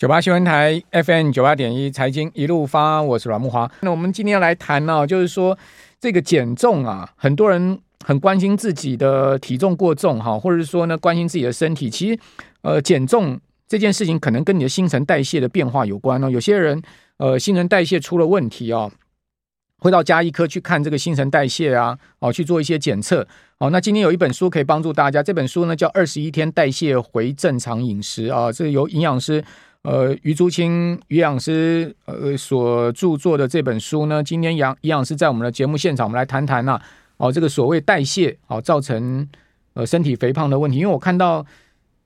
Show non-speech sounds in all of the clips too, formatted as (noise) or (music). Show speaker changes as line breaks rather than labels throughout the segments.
九八新闻台 FM 九八点一财经一路发，我是阮木华。那我们今天来谈呢、就是说这个减重啊，很多人很关心自己的体重过重哈，或者是说呢关心自己的身体。其实，呃，减重这件事情可能跟你的新陈代谢的变化有关哦。有些人呃新陈代谢出了问题哦，会到加医科去看这个新陈代谢啊，哦去做一些检测。哦，那今天有一本书可以帮助大家，这本书呢叫《二十一天代谢回正常饮食》啊，这个由营养师。呃，余竹清营养师呃所著作的这本书呢，今天杨营养师在我们的节目现场，我们来谈谈呐、哦，这个所谓代谢哦造成呃身体肥胖的问题，因为我看到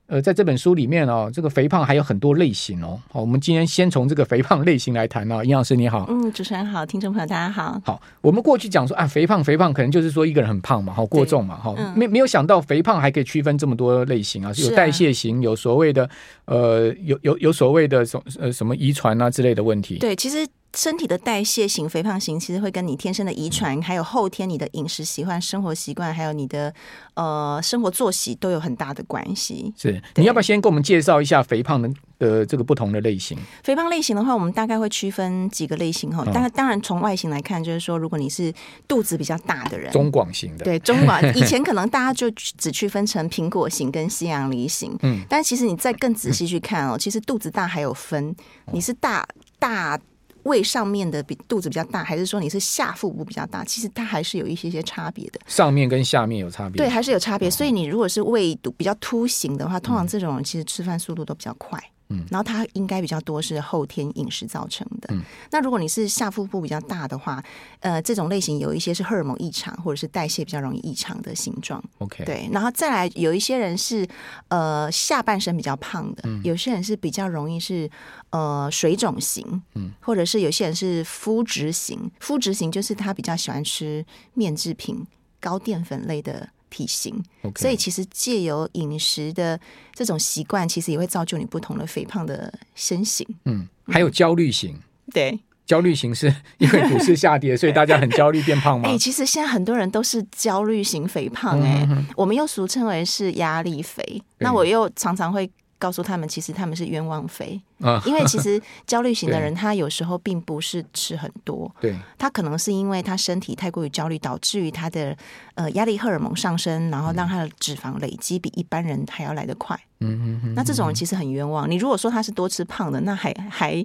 呃在这本书里面哦，这个肥胖还有很多类型哦。好、我们今天先从这个肥胖类型来谈啊，营养师你好。
嗯，主持人好，听众朋友大家好。
好，我们过去讲说啊，肥胖肥胖可能就是说一个人很胖嘛，好过重嘛，哈，
嗯
没没有想到肥胖还可以区分这么多类型啊，
是啊
有代谢型，有所谓的呃，有有有所谓的什呃什么遗传啊之类的问题。
对，其实身体的代谢型、肥胖型，其实会跟你天生的遗传，还有后天你的饮食习惯、生活习惯，还有你的呃生活作息都有很大的关系。
是，
对
你要不要先给我们介绍一下肥胖的的这个不同的类型？
肥胖类型的话，我们大概会区分几个类型哈。
嗯
当然，当然从外形来看，就是说，如果你是肚子比较大的人，
中广型的，
对中广
(laughs)
以前可能大家就只区分成苹果型跟西洋梨型，
嗯
嗯，但其实你再更仔细去
(laughs)
看哦，其实肚子大还有分，
哦
你是大大。胃上面的比肚子比较大，还是说你是下腹部比较大？其实它还是有一些些差别的，
上面跟下面有差别。
对，，还是有差别。所以你如果是胃肚比较凸形的话，通常这种人其实吃饭速度都比较快，嗯，然后它应该比较多是后天饮食造成的。那如果你是下腹部比较大的话，呃，这种类型有一些是荷尔蒙异常或者是代谢比较容易异常的形状。
OK，
对，然后再来有一些人是呃下半身比较胖的，有些人是比较容易是呃水肿型，嗯，或者是有些人是肤质型，肤质型就是他比较喜欢吃面制品、高淀粉类的。体型，
OK
所以其实借由饮食的这种习惯，其实也会造就你不同的肥胖的身形。
嗯，还有焦虑型，
对，
焦虑型是因为股市下
(laughs)
跌，所以大家很焦虑变胖吗嗯
哎、？其实现在很多人都是焦虑型肥胖、哎、我们又俗称为是压力肥。那我又常常会告诉他们，其实他们是冤枉肥，
啊，
因为其
(laughs)
实焦虑型的人，他有时候并不是吃很多，
对，
他可能是因为他身体太过于焦虑，导致于他的呃压力荷尔蒙上升，然后
嗯
让他的脂肪累积比一般人还要来得快。
嗯嗯嗯，
那这种人其实很冤枉。你如果说他是多吃胖的，那还还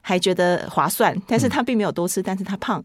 还觉得划算，但
嗯
是他并没有多吃，但是他胖，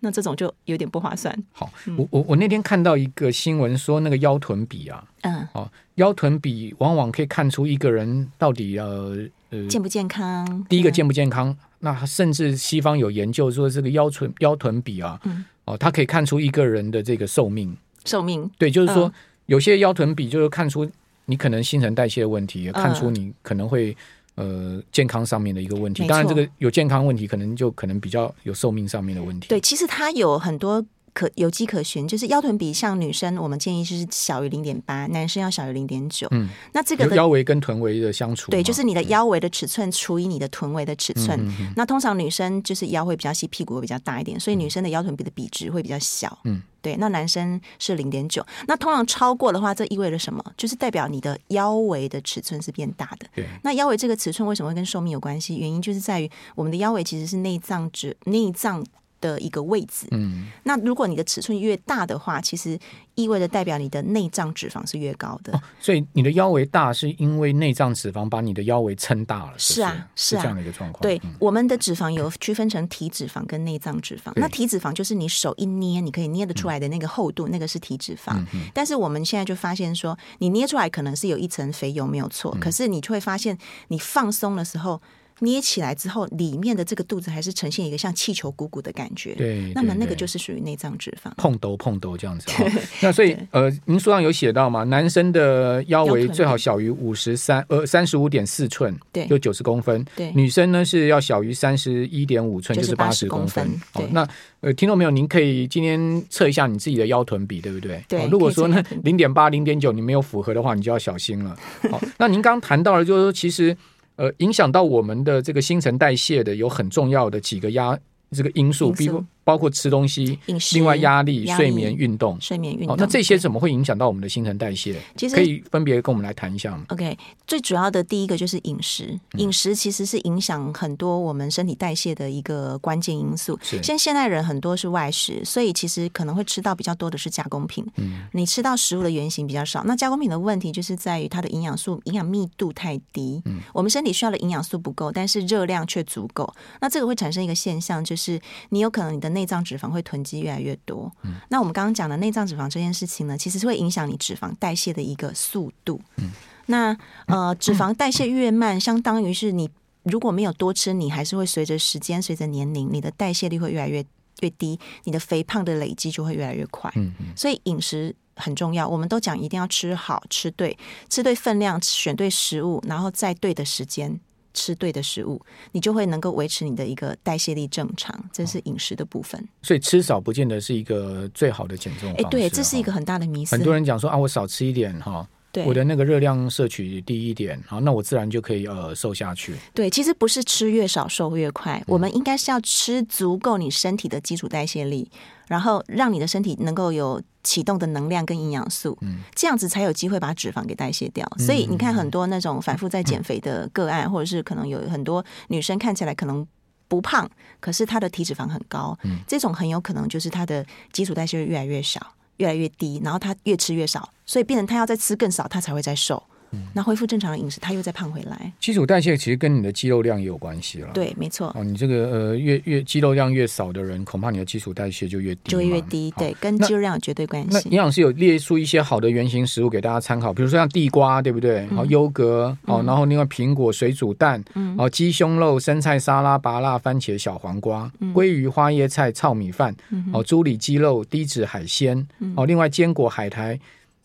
那这种就有点不划算。
好，
嗯
我我我那天看到一个新闻说那个腰臀比啊，
嗯，
哦，腰臀比往往可以看出一个人到底呃呃，
健不健康？
第一个
嗯
健不健康。那甚至西方有研究说，这个腰臀腰臀比啊，
嗯
哦，它可以看出一个人的这个寿命。
寿命，
对，就是说、
嗯
有些腰臀比就是看出你可能新陈代谢的问题，也
嗯
看出你可能会。呃，健康上面的一个问题，
没错
当然这个有健康问题，可能就可能比较有寿命上面的问题。
对，，其实它有很多可有迹可循，就是腰臀比像女生，我们建议是小于零点八，男生要小于零点九。
嗯，
那这个
有
的
腰围跟臀围的相处嘛。
对，就是你的腰围的尺寸除以你的臀围的尺寸。
嗯
那通常女生就是腰会比较细，屁股会比较大一点，所以女生的腰臀比的比值会比较小。
嗯，
对。那男生是零点九，那通常超过的话，这意味着什么？就是代表你的腰围的尺寸是变大的。
对，
那腰围这个尺寸为什么会跟寿命有关系？原因就是在于我们的腰围其实是内脏脂内脏。的一个位置，
嗯，
那如果你的尺寸越大的话，其实意味着代表你的内脏脂肪是越高的。
哦所以你的腰围大是因为内脏脂肪把你的腰围撑大了，
是啊
是
是
不是
啊
这样的一个状况。
对
嗯，
我们的脂肪有区分成体脂肪跟内脏脂肪。
对
那体脂肪就是你手一捏，你可以捏得出来的那个厚度，那个是体脂肪。
嗯
但是我们现在就发现说，你捏出来可能是有一层肥油没有
嗯
错，可是你就会发现，你放松的时候捏起来之后，里面的这个肚子还是呈现一个像气球鼓鼓的感觉。
对
那么
对
那个
对
就是属于内脏脂肪。
碰头碰头这样子。哈那所以呃，您书上有写到嘛，男生的腰围最好小于五十三呃三十五点四寸，
对
就九十公分。
对
女生呢是要小于三十一点五寸，
就是是
八
80
十公分
公。分对
那呃，听众朋友，您可以今天测一下你自己的腰臀比，对不对？
对
哦如果说呢
可以测腰臀
零点八、零点九你没有符合的话，你就要小
(laughs)
心了。好，那您刚谈到了，就是说其实呃，影响到我们的这个新陈代谢的有很重要的几个压这个因素，
因素
比如包括吃东西、
饮食，
另外压力、
压
睡眠、运动。
睡眠、运
哦
动，，
那这些
对
怎么会影响到我们的新陈代谢？
其实
可以分别跟我们来谈一下吗？
OK，最主要的第一个就是饮食，饮食其实是影响很多我们身体代谢的一个关键因素。
是
像现代人很多是外食，所以其实可能会吃到比较多的是加工品。嗯，你吃到食物的原型比较少。那加工品的问题就是在于它的营养素、营养密度太低。嗯，我们身体需要的营养素不够，但是热量却足够。那这个会产生一个现象，就是你有可能你的内脏脂肪会囤积越来越多。嗯，那我们刚刚讲的内脏脂肪这件事情呢，其实是会影响你脂肪代谢的一个速度。那呃，脂肪代谢越慢，相当于是你如果没有多吃，你还是会随着时间、随着年龄，你的代谢率会越来越越低，你的肥胖的累积就会越来越快。
嗯
所以饮食很重要，我们都讲一定要吃好、吃对、吃对分量、选对食物，然后在对的时间。吃对的食物，你就会能够维持你的一个代谢力正常，这
哦
是饮食的部分。
所以吃少不见得是一个最好的减重方
哎、
式。
对，这是一
哈
个很大的迷思。
啊很多人讲说啊，我少吃一点哈，
对
我的那个热量摄取低一点，好，那我自然就可以呃瘦下去。
对，其实不是吃越少瘦越快，我们应该是要吃足够你身体的基础代谢力，然后让你的身体能够有启动的能量跟营养素，这样子才有机会把脂肪给代谢掉。所以你看很多那种反复在减肥的个案，或者是可能有很多女生看起来可能。不胖，可是她的体脂肪很高，这种很有可能就是她的基础代谢越来越少，越来越低，然后她越吃越少，所以变成她要再吃更少，她才会再瘦。那恢复正常的饮食，她又再胖回来。
基础代谢其实跟你的肌肉量也有关系了。。
对，没错。
哦，你这个呃，越越肌肉量越少的人，恐怕你的基础代谢就越低，
就会越低，
好。
对，跟
那
肌肉量有绝对关
那营
系。
养师有列出一些好的原型食物给大家参考，比如说像地瓜，对不对？
嗯
好、优格，好、然后另外苹果、水煮蛋，嗯，好、鸡胸肉、生菜沙拉、拔辣、番茄、小黄瓜、
嗯
鲑鱼、花椰菜、糙米饭，好、猪里脊肉、低脂海鲜，
嗯
好、另外坚果、海苔，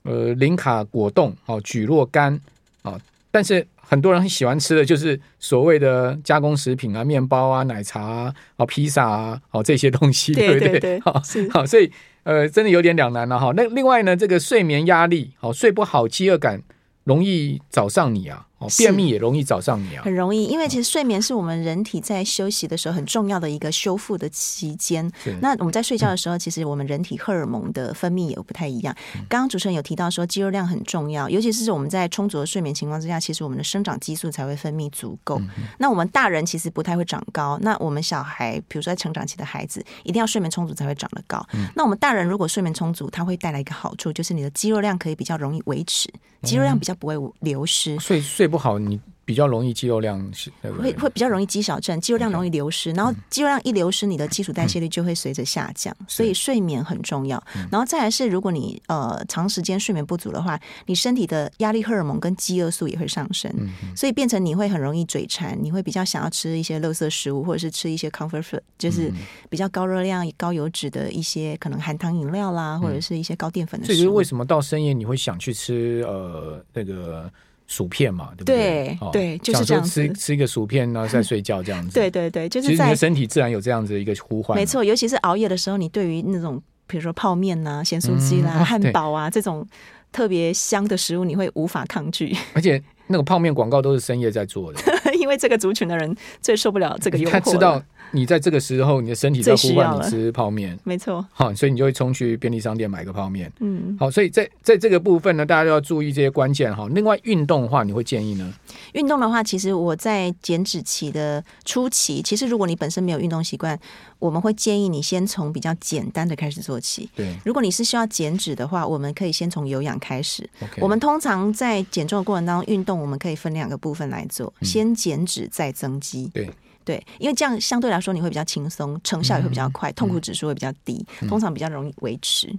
呃，零卡果冻，好、蒟蒻干，啊、但是很多人喜欢吃的就是所谓的加工食品啊，面包啊、奶茶啊、哦披萨啊、哦这些东西，
对
不
对
对？
对
好
是
好，所以呃，真的有点两难了、哈。那另外呢，这个睡眠压力，好、睡不好，饥饿感容易找上你啊，哦，
是
便秘也容易找上你啊。
很容易，因为其实睡眠是我们人体在休息的时候很重要的一个修复的期间
是。
那我们在睡觉的时候，其实我们人体荷尔蒙的分泌也不太一样。刚刚主持人有提到说肌肉量很重要，尤其是我们在充足的睡眠情况之下，其实我们的生长激素才会分泌足够。那我们大人其实不太会长高，那我们小孩，比如说在成长期的孩子，一定要睡眠充足才会长得高。那我们大人如果睡眠充足，它会带来一个好处，就是你的肌肉量可以比较容易维持，肌肉量比较不会流失。
睡睡不好，你比较容易肌肉量是那
会
个
会比较容易肌少症，肌肉量容易流失，
嗯
然后肌肉量一流失，你的基础代谢率就会随着下降，所以睡眠很重要。
嗯
然后再来是，如果你呃长时间睡眠不足的话，你身体的压力荷尔蒙跟饥饿素也会上升，
嗯
所以变成你会很容易嘴馋，你会比较想要吃一些垃圾食物，或者是吃一些 comfort food，就是
嗯
比较高热量、高油脂的一些可能含糖饮料啦，或者是一些高淀粉的
这嗯就是
食物
为。什么到深夜你会想去吃呃那个薯片嘛，对不
对对就是
想
这
说
样
吃
子
吃一个薯片，
(laughs)
然后再睡觉这样子。
对对对，就
其
是
实你
在
的身体自然有这样子的一个呼唤，啊
没，错，尤其是熬夜的时候，你对于那种比如说泡面呐、咸酥鸡啦、
嗯啊
汉堡啊这种特别香的食物，你会无法抗拒， (laughs)
而且那个泡面广告都是深夜在做的，
因为这个族群的人最受不了这个诱惑
他
了。
知道你在这个时候你的身体在呼
最需要
唤你
了
吃泡面，
没错，
好，所以你就会冲去便利商店买个泡面。
嗯，
好，所以在在这个部分呢，大家都要注意这些关键哈。另外，运动的话，你会建议呢？
运动的话，其实我在减脂期的初期，其实如果你本身没有运动习惯，我们会建议你先从比较简单的开始做起。
对
如果你是需要减脂的话，我们可以先从有氧开始。
，OK，
我们通常在减重的过程当中，运动我们可以分两个部分来做，先减脂再增肌。
嗯对
对，因为这样相对来说你会比较轻松，成效也会比较快，
嗯
痛苦指数会比较低，通常比较容易维持。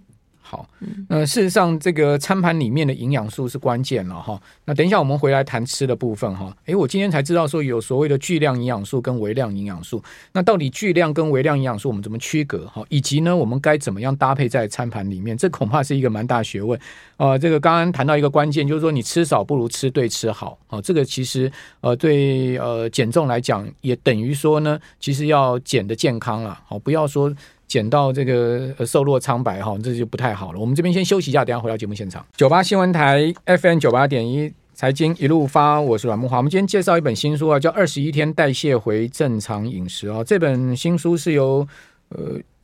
好，呃，事实上，这个餐盘里面的营养素是关键了哈。那等一下我们回来谈吃的部分哈。诶，我今天才知道说有所谓的巨量营养素跟微量营养素。那到底巨量跟微量营养素我们怎么区隔哈？以及呢，我们该怎么样搭配在餐盘里面？这恐怕是一个蛮大学问。呃，这个刚刚谈到一个关键，就是说你吃少不如吃对吃好。哦，这个其实呃对呃减重来讲，也等于说呢，其实要减的健康了。好、不要说减到这个呃瘦弱苍白哈、这就不太好了。我们这边先休息一下，等一下回到节目现场。九八新闻台 FM 九八点一。财经一路发，我是阮木华。我们今天介绍一本新书啊，啊叫《二十一天代谢回正常饮食》哦。这本新书是由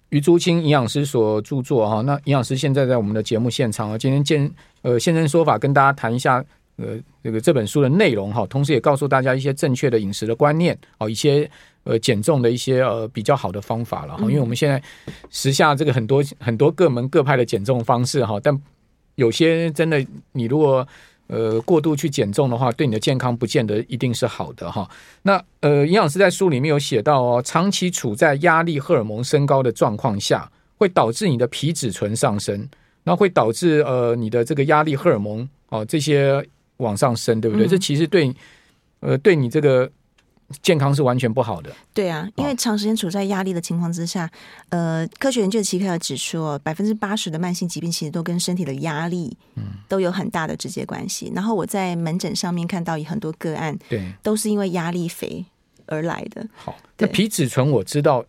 余竹清营养师所著作啊哈。那营养师现在在我们的节目现场啊，今天见呃现身说法，跟大家谈一下呃这个这本书的内容哈，同时也告诉大家一些正确的饮食的观念哦，一些呃减重的一些呃比较好的方法了哈。因为我们现在时下这个很多很多各门各派的减重方式哈，但有些真的你如果呃，过度去减重的话，对你的健康不见得一定是好的哈。那呃，营养师在书里面有写到哦，长期处在压力荷尔蒙升高的状况下，会导致你的皮质醇上升，那会导致呃你的这个压力荷尔蒙哦这些往上升，对不对？
嗯
这其实对呃对你这个健康是完全不好的。
对啊，因为长时间处在压力的情况之下，呃，科学研究期刊有指出哦，百分之八十的慢性疾病其实都跟身体的压力，
嗯
都有很大的直接关系。然后我在门诊上面看到有很多个案
对，
都是因为压力肥而来的，
好，那
对
皮质醇我知道，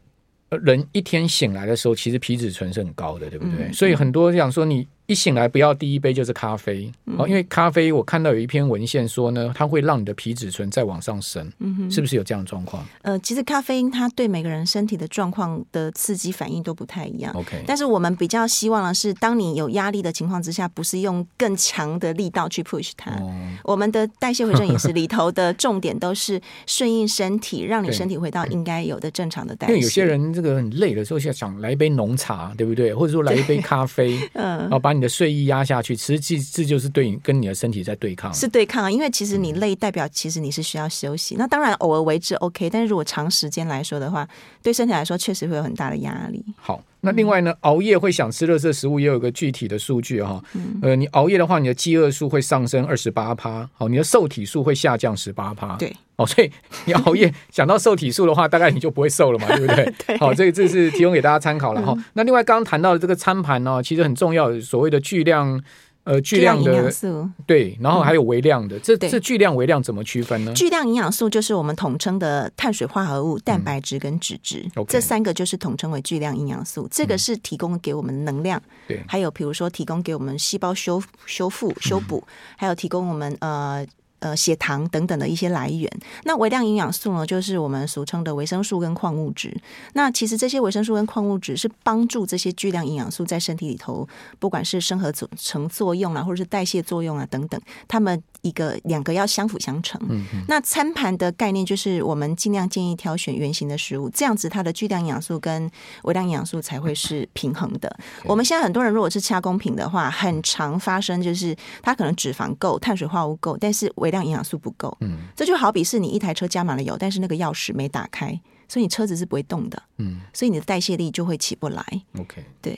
呃人一天醒来的时候，其实皮质醇是很高的，对不对？
嗯
所以很多讲说，你一醒来不要第一杯就是咖啡，
嗯
哦，因为咖啡我看到有一篇文献说呢，它会让你的皮质醇再往上升，
嗯哼，
是不是有这样的状况
呃，其实咖啡因它对每个人身体的状况的刺激反应都不太一样。
？OK，
但是我们比较希望的是，当你有压力的情况之下，不是用更强的力道去 push 它。
哦，
我们的代谢回正饮食里头的重点都是顺应身体，让你身体回到应该有的正常的代谢。
因为有些，人这个很累的时候，想想来一杯浓茶，对不对？或者说来一杯咖啡，
(laughs) 嗯
然，后把你的睡意压下去，其实这这就是对你跟你的身体在对抗。
是对抗啊，因为其实
嗯
你累，代表其实你是需要休息。那当然偶尔为之 OK，但是如果长时间来说的话，对身体来说确实会有很大的压力。
好，那另外呢，
嗯
熬夜会想吃热色食物，也有一个具体的数据哈、
嗯
呃，你熬夜的话，你的饥饿素会上升二十八趴，好，你的瘦体素会下降十八趴。
对，
哦，所以你熬夜想到瘦体素的话，大概你就不会
(laughs)
瘦了嘛，对不对？
对嗯
好，这个这是提供给大家参考了哈、那另外刚刚谈到的这个餐盘呢、其实很重要，所谓的巨量。呃，巨量
营养
的
素，
对，然后还有微量的，这
对
这巨量微量怎么区分呢？
巨量营养素就是我们统称的碳水化合物、蛋白质跟脂质，
嗯 OK 嗯
这三个就是统称为巨量营养素。这个是提供给我们能量，
对嗯
还有比如说提供给我们细胞修修复、修补，还有提供我们呃。呃，血糖等等的一些来源。那微量营养素呢，就是我们俗称的维生素跟矿物质。那其实这些维生素跟矿物质是帮助这些巨量营养素在身体里头，不管是生合组成作用啊，或者是代谢作用啊等等，它们一个两个要相辅相成。
嗯
那餐盘的概念就是，我们尽量建议挑选圆形的食物，这样子它的巨量营养素跟微量营养素才会是平衡的。我们现在很多人如果是加工品的话，很常发生就是它可能脂肪够、碳水化合物够，但是微量营养素不够。
嗯，
这就好比是你一台车加满了油，但是那个钥匙没打开，所以你车子是不会动的。
嗯，
所以你的代谢力就会起不来。
，OK。
对，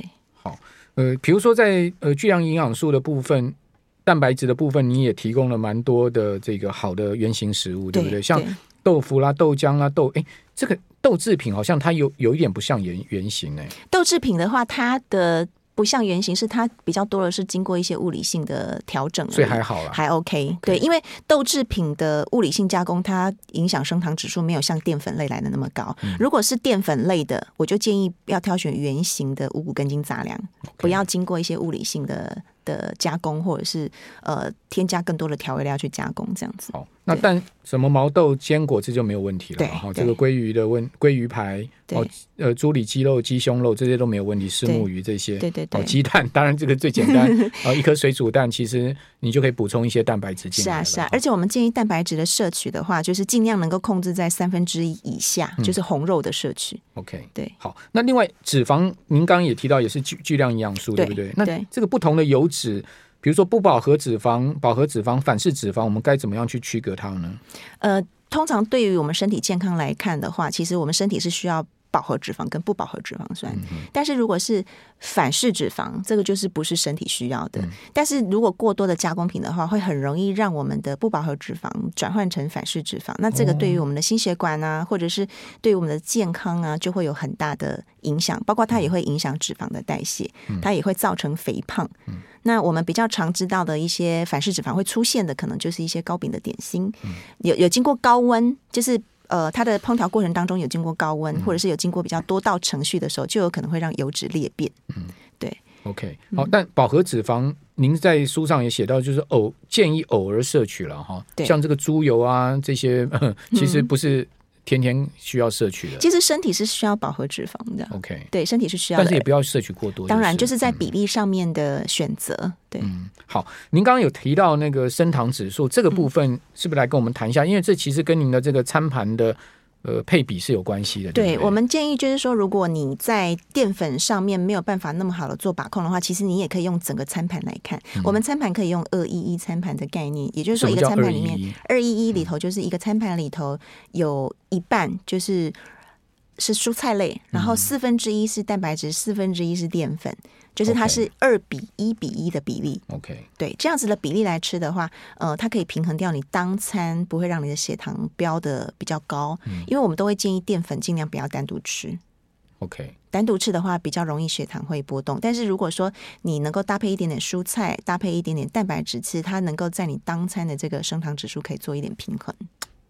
呃，比如说在呃巨量营养素的部分、蛋白质的部分，你也提供了蛮多的这个好的原型食物，对不对？像豆腐啦、豆浆啦、豆哎，这个豆制品好像它有有一点不像原原型哎、
豆制品的话，它的不像原型，是它比较多的是经过一些物理性的调整而已，
所以还好啦。
还 OK。对，因为豆制品的物理性加工，它影响升糖指数没有像淀粉类来的那么高。如果是淀粉类的，我就建议要挑选圆形的五谷根茎杂粮，不要经过一些物理性的的加工，或者是呃添加更多的调味料去加工这样子。
好，那
对
但什么毛豆、坚果这就没有问题了嘛。
对
然后
对
这个鲑鱼的问鲑鱼排，
对
哦呃猪里脊肉、鸡胸肉这些都没有问题，石
对
目鱼这些。
对对
哦，
对，
鸡蛋当然这个最简
(laughs)
单，呃，一颗水煮蛋，其实你就可以补充一些蛋白质进
是
来
啊
了
是啊，
哦
而且我们建议蛋白质的摄取的话，就是尽量能够控制在三分之一以下，就是红肉的摄取。
OK，
对
好。那另外脂肪，您刚刚也提到也是巨巨量营养素，对
对
不对
对？
那这个不同的油脂，比如说不饱和脂肪、饱和脂肪、反式脂肪，我们该怎么样去区隔它呢？
呃，通常对于我们身体健康来看的话，其实我们身体是需要。饱和脂肪跟不饱和脂肪酸，但是如果是反式脂肪，这个就是不是身体需要的。但是如果过多的加工品的话，会很容易让我们的不饱和脂肪转换成反式脂肪。那这个对于我们的心血管啊，或者是对于我们的健康啊，就会有很大的影响。包括它也会影响脂肪的代谢，它也会造成肥胖。那我们比较常知道的一些反式脂肪会出现的，可能就是一些糕饼的点心，有有经过高温，就是呃它的烹调过程当中有经过高温，
嗯
或者是有经过比较多道程序的时候，就有可能会让油脂裂变。
嗯 OK，好，
嗯
但饱和脂肪，您在书上也写到，就是偶建议偶尔摄取了哈，(laughs)
对嗯
像这个猪油啊这些，呃其实不是天天需要摄取的
其实身体是需要饱和脂肪的，
，OK，
对，身体是需要
哦但是也
的。
不要摄取过多。
当然，就是
是嗯
在比例上面的选择，对，
好，您刚刚有提到那个升糖指数
嗯
这个部分，是不是来跟我们谈一下？因为这其实跟您的这个餐盘的呃配比是有关系的。对
对
不对，
我们建议就是说，如果你在淀粉上面没有办法那么好的做把控的话，其实你也可以用整个餐盘来看。我们餐盘可以用二一一餐盘的概念，也就
嗯什
是说，
么
一个
叫
餐盘
二
里面
一一？
二一一里头就是一个餐盘里头有一半就是是蔬菜类，然后四分之一是蛋白质，四分之一是淀粉，就是它
OK
是二比一比一的比例。
OK，
对，这样子的比例来吃的话，呃，它可以平衡掉你当餐不会让你的血糖飙的比较高，因为我们都会建议淀粉尽量不要单独吃。
OK，
单独吃的话，比较容易血糖会波动。但是如果说你能够搭配一点点蔬菜，搭配一点点蛋白质，其实它能够在你当餐的这个升糖指数可以做一点平衡。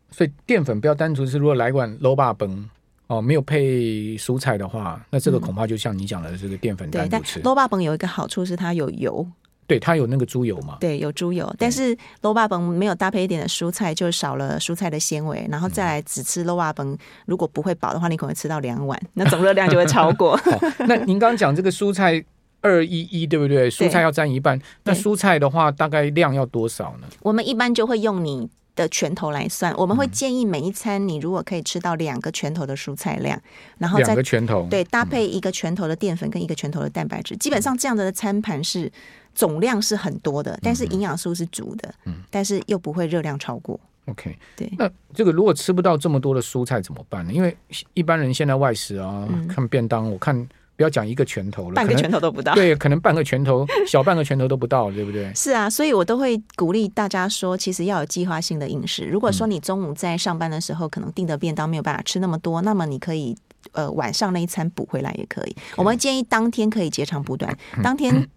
所以淀粉不要单独吃，如果来碗 low 霸崩哦，没有配蔬菜的话，那这个恐怕就像你讲的这个淀粉
对
单，独
但
吃，
low 霸本有一个好处是它有油，
对它有那个猪油嘛。
对，有猪油。但是 low 霸本没有搭配一点的蔬菜，就少了蔬菜的纤维，然后
嗯
再来只吃 low 霸本，如果不会饱的话，你可能会吃到两碗，那总热量就会超过。 (laughs)
那您刚刚讲这个蔬菜二一一，对不对？蔬菜要占一半，那蔬菜的话大概量要多少呢？
我们一般就会用你的拳头来算，我们
嗯
会建议每一餐你如果可以吃到两个拳头的蔬菜量，然后
两
再
个嗯拳头，
对，搭配一个拳头的淀粉跟一个拳头的蛋白质，基本上这样的餐盘是总量是很多的，但是
嗯
营养素是足的，但是又不会热量超过。
，OK。
对
那这个如果吃不到这么多的蔬菜怎么办呢？因为一般人现在外食啊，看便当，我看不要讲一个拳头了，
嗯半个
可能
拳头啊都不到。
对，可能半个拳头， (laughs) 小半个拳头都不到，对不对？
是啊，所以我都会鼓励大家说，其实要有计划性的饮食。如果说你中午在上班的时候可能订的便当没有办法吃那么多，那么你可以。呃，晚上那一餐补回来也可以。我们会建议当天可以截长补短，当天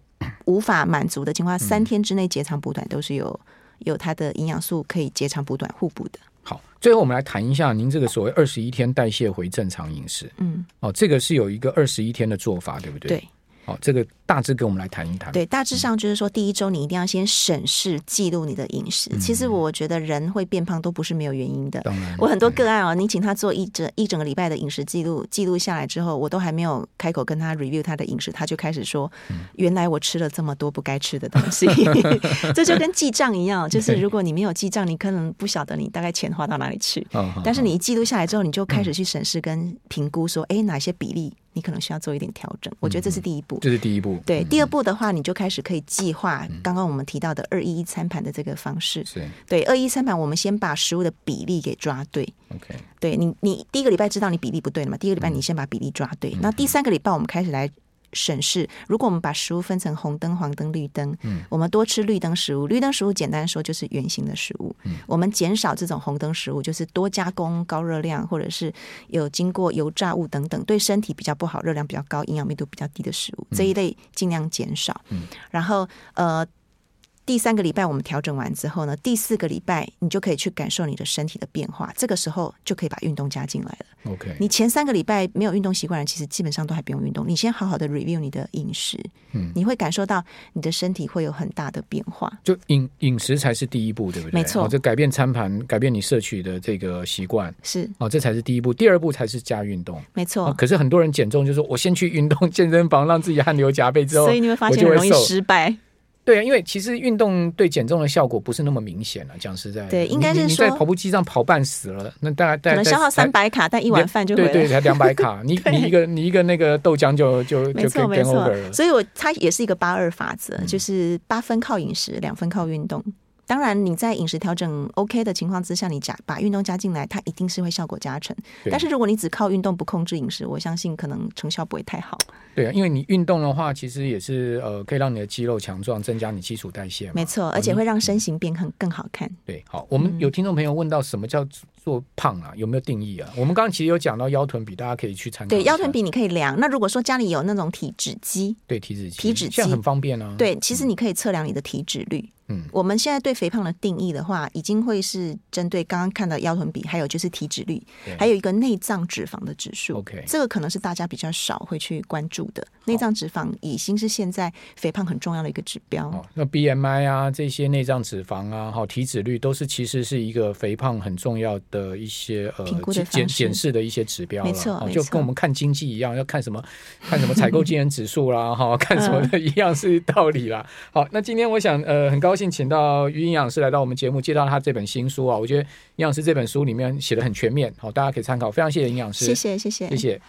无法满足的情况下，三天之内截长补短都是有有它的营养素可以截长补短互补的。
好，最后我们来谈一下您这个所谓二十一天代谢回正常饮食
嗯，
哦，这个是有一个二十一天的做法，对不对？啊
对。
好、这个大致跟我们来谈一谈。
对，大致上就是说，第一周你一定要先审视、记录你的饮食。其实我觉得人会变胖都不是没有原因的。
当然
我很多个案哦，你请他做一整一整个礼拜的饮食记录，记录下来之后，我都还没有开口跟他 review 他的饮食，他就开始说：“
嗯
原来我吃了这么多不该吃的东西。” (laughs) 这就跟记账一样，就是如果你没有记账，你可能不晓得你大概钱花到哪里去。
嗯，好
但是你一记录下来之后，你就开始去审视跟评估，说：“诶，哪些比例你可能需要做一点调整？”我觉得
嗯
这是第一步。
这是第一步，
对，第二步的话，你就开始可以计划
嗯
刚刚我们提到的二一一餐盘的这个方式。
是
对，二一餐盘，我们先把食物的比例给抓对。
OK。
对你，你第一个礼拜知道你比例不对了嘛？第二个礼拜你先把比例抓对，那第三个礼拜我们开始来。审视，如果我们把食物分成红灯、黄灯、绿灯，我们多吃绿灯食物。绿灯食物简单说就是圆形的食物，我们减少这种红灯食物，就是多加工、高热量或者是有经过油炸物等等，对身体比较不好、热量比较高、营养密度比较低的食物，这一类尽量减少。然后呃，第三个礼拜我们调整完之后呢，第四个礼拜你就可以去感受你的身体的变化，这个时候就可以把运动加进来了。
OK，
你前三个礼拜没有运动习惯的人，其实基本上都还不用运动。你先好好的 review 你的饮食，
嗯
你会感受到你的身体会有很大的变化。
就饮饮食才是第一步，对不对？
没错
哦，这改变餐盘，改变你摄取的这个习惯，
是
哦，这才是第一步。第二步才是加运动。
没
哦，
错，
可是很多人减重就是我先去运动健身房，让自己汗流浃背之后
所，以你会发
我
现
就
很
会
容易
瘦
失败。
对啊，因为其实运动对减重的效果不是那么明显啊。讲实在的，
对
你
应该是
你你在
说
跑步机上跑半死了，那大概大概
可能消耗
才
三百卡，但一碗饭就回
对
来
对，才两百
(laughs)
卡，你你一个你一个那个豆浆就就
没
就
错
can
没
can
错
over，了。
所以我它也是一个八二法则，
嗯
就是八分靠饮食，两分靠运动。当然，你在饮食调整 OK 的情况之下，你加把运动加进来，它一定是会效果加成。
对
但是如果你只靠运动不控制饮食，我相信可能成效不会太好。
对啊，因为你运动的话，其实也是呃，可以让你的肌肉强壮，增加你基础代谢嘛。
没错，而且会让身形变很更好看。
对，好，我们有听众朋友问到什么叫做胖啊？有没有定义啊？我们刚刚其实有讲到腰臀比，大家可以去参考一
对，
下。
腰臀比你可以量。那如果说家里有那种体脂机，
对体脂
体脂
现在
机
很方便啊。
对，其实你可以测量你的体脂率。
嗯，
我们现在对肥胖的定义的话，已经会是针对刚刚看到腰臀比，还有就是体脂率，
对
还有一个内脏脂肪的指数。
OK
这个可能是大家比较少会去关注的。内脏脂肪已经是现在肥胖很重要的一个指标。
哦，那 BMI 啊，这些内脏脂肪啊，好、体脂率都是其实是一个肥胖很重要的一些呃
评估的
检
方
检
式
检视的一些指标了。
没错
哦
没
就
错
跟我们看经济一样，要看什么看什么采购经营指数啦，哈、看什
嗯
么的一样是道理啦。好，那今天我想呃很高兴请到于营养师来到我们节目，介绍他这本新书啊，我觉得营养师这本书里面写的很全面，好、大家可以参考，非常谢谢营养师，
谢谢，谢谢，
谢谢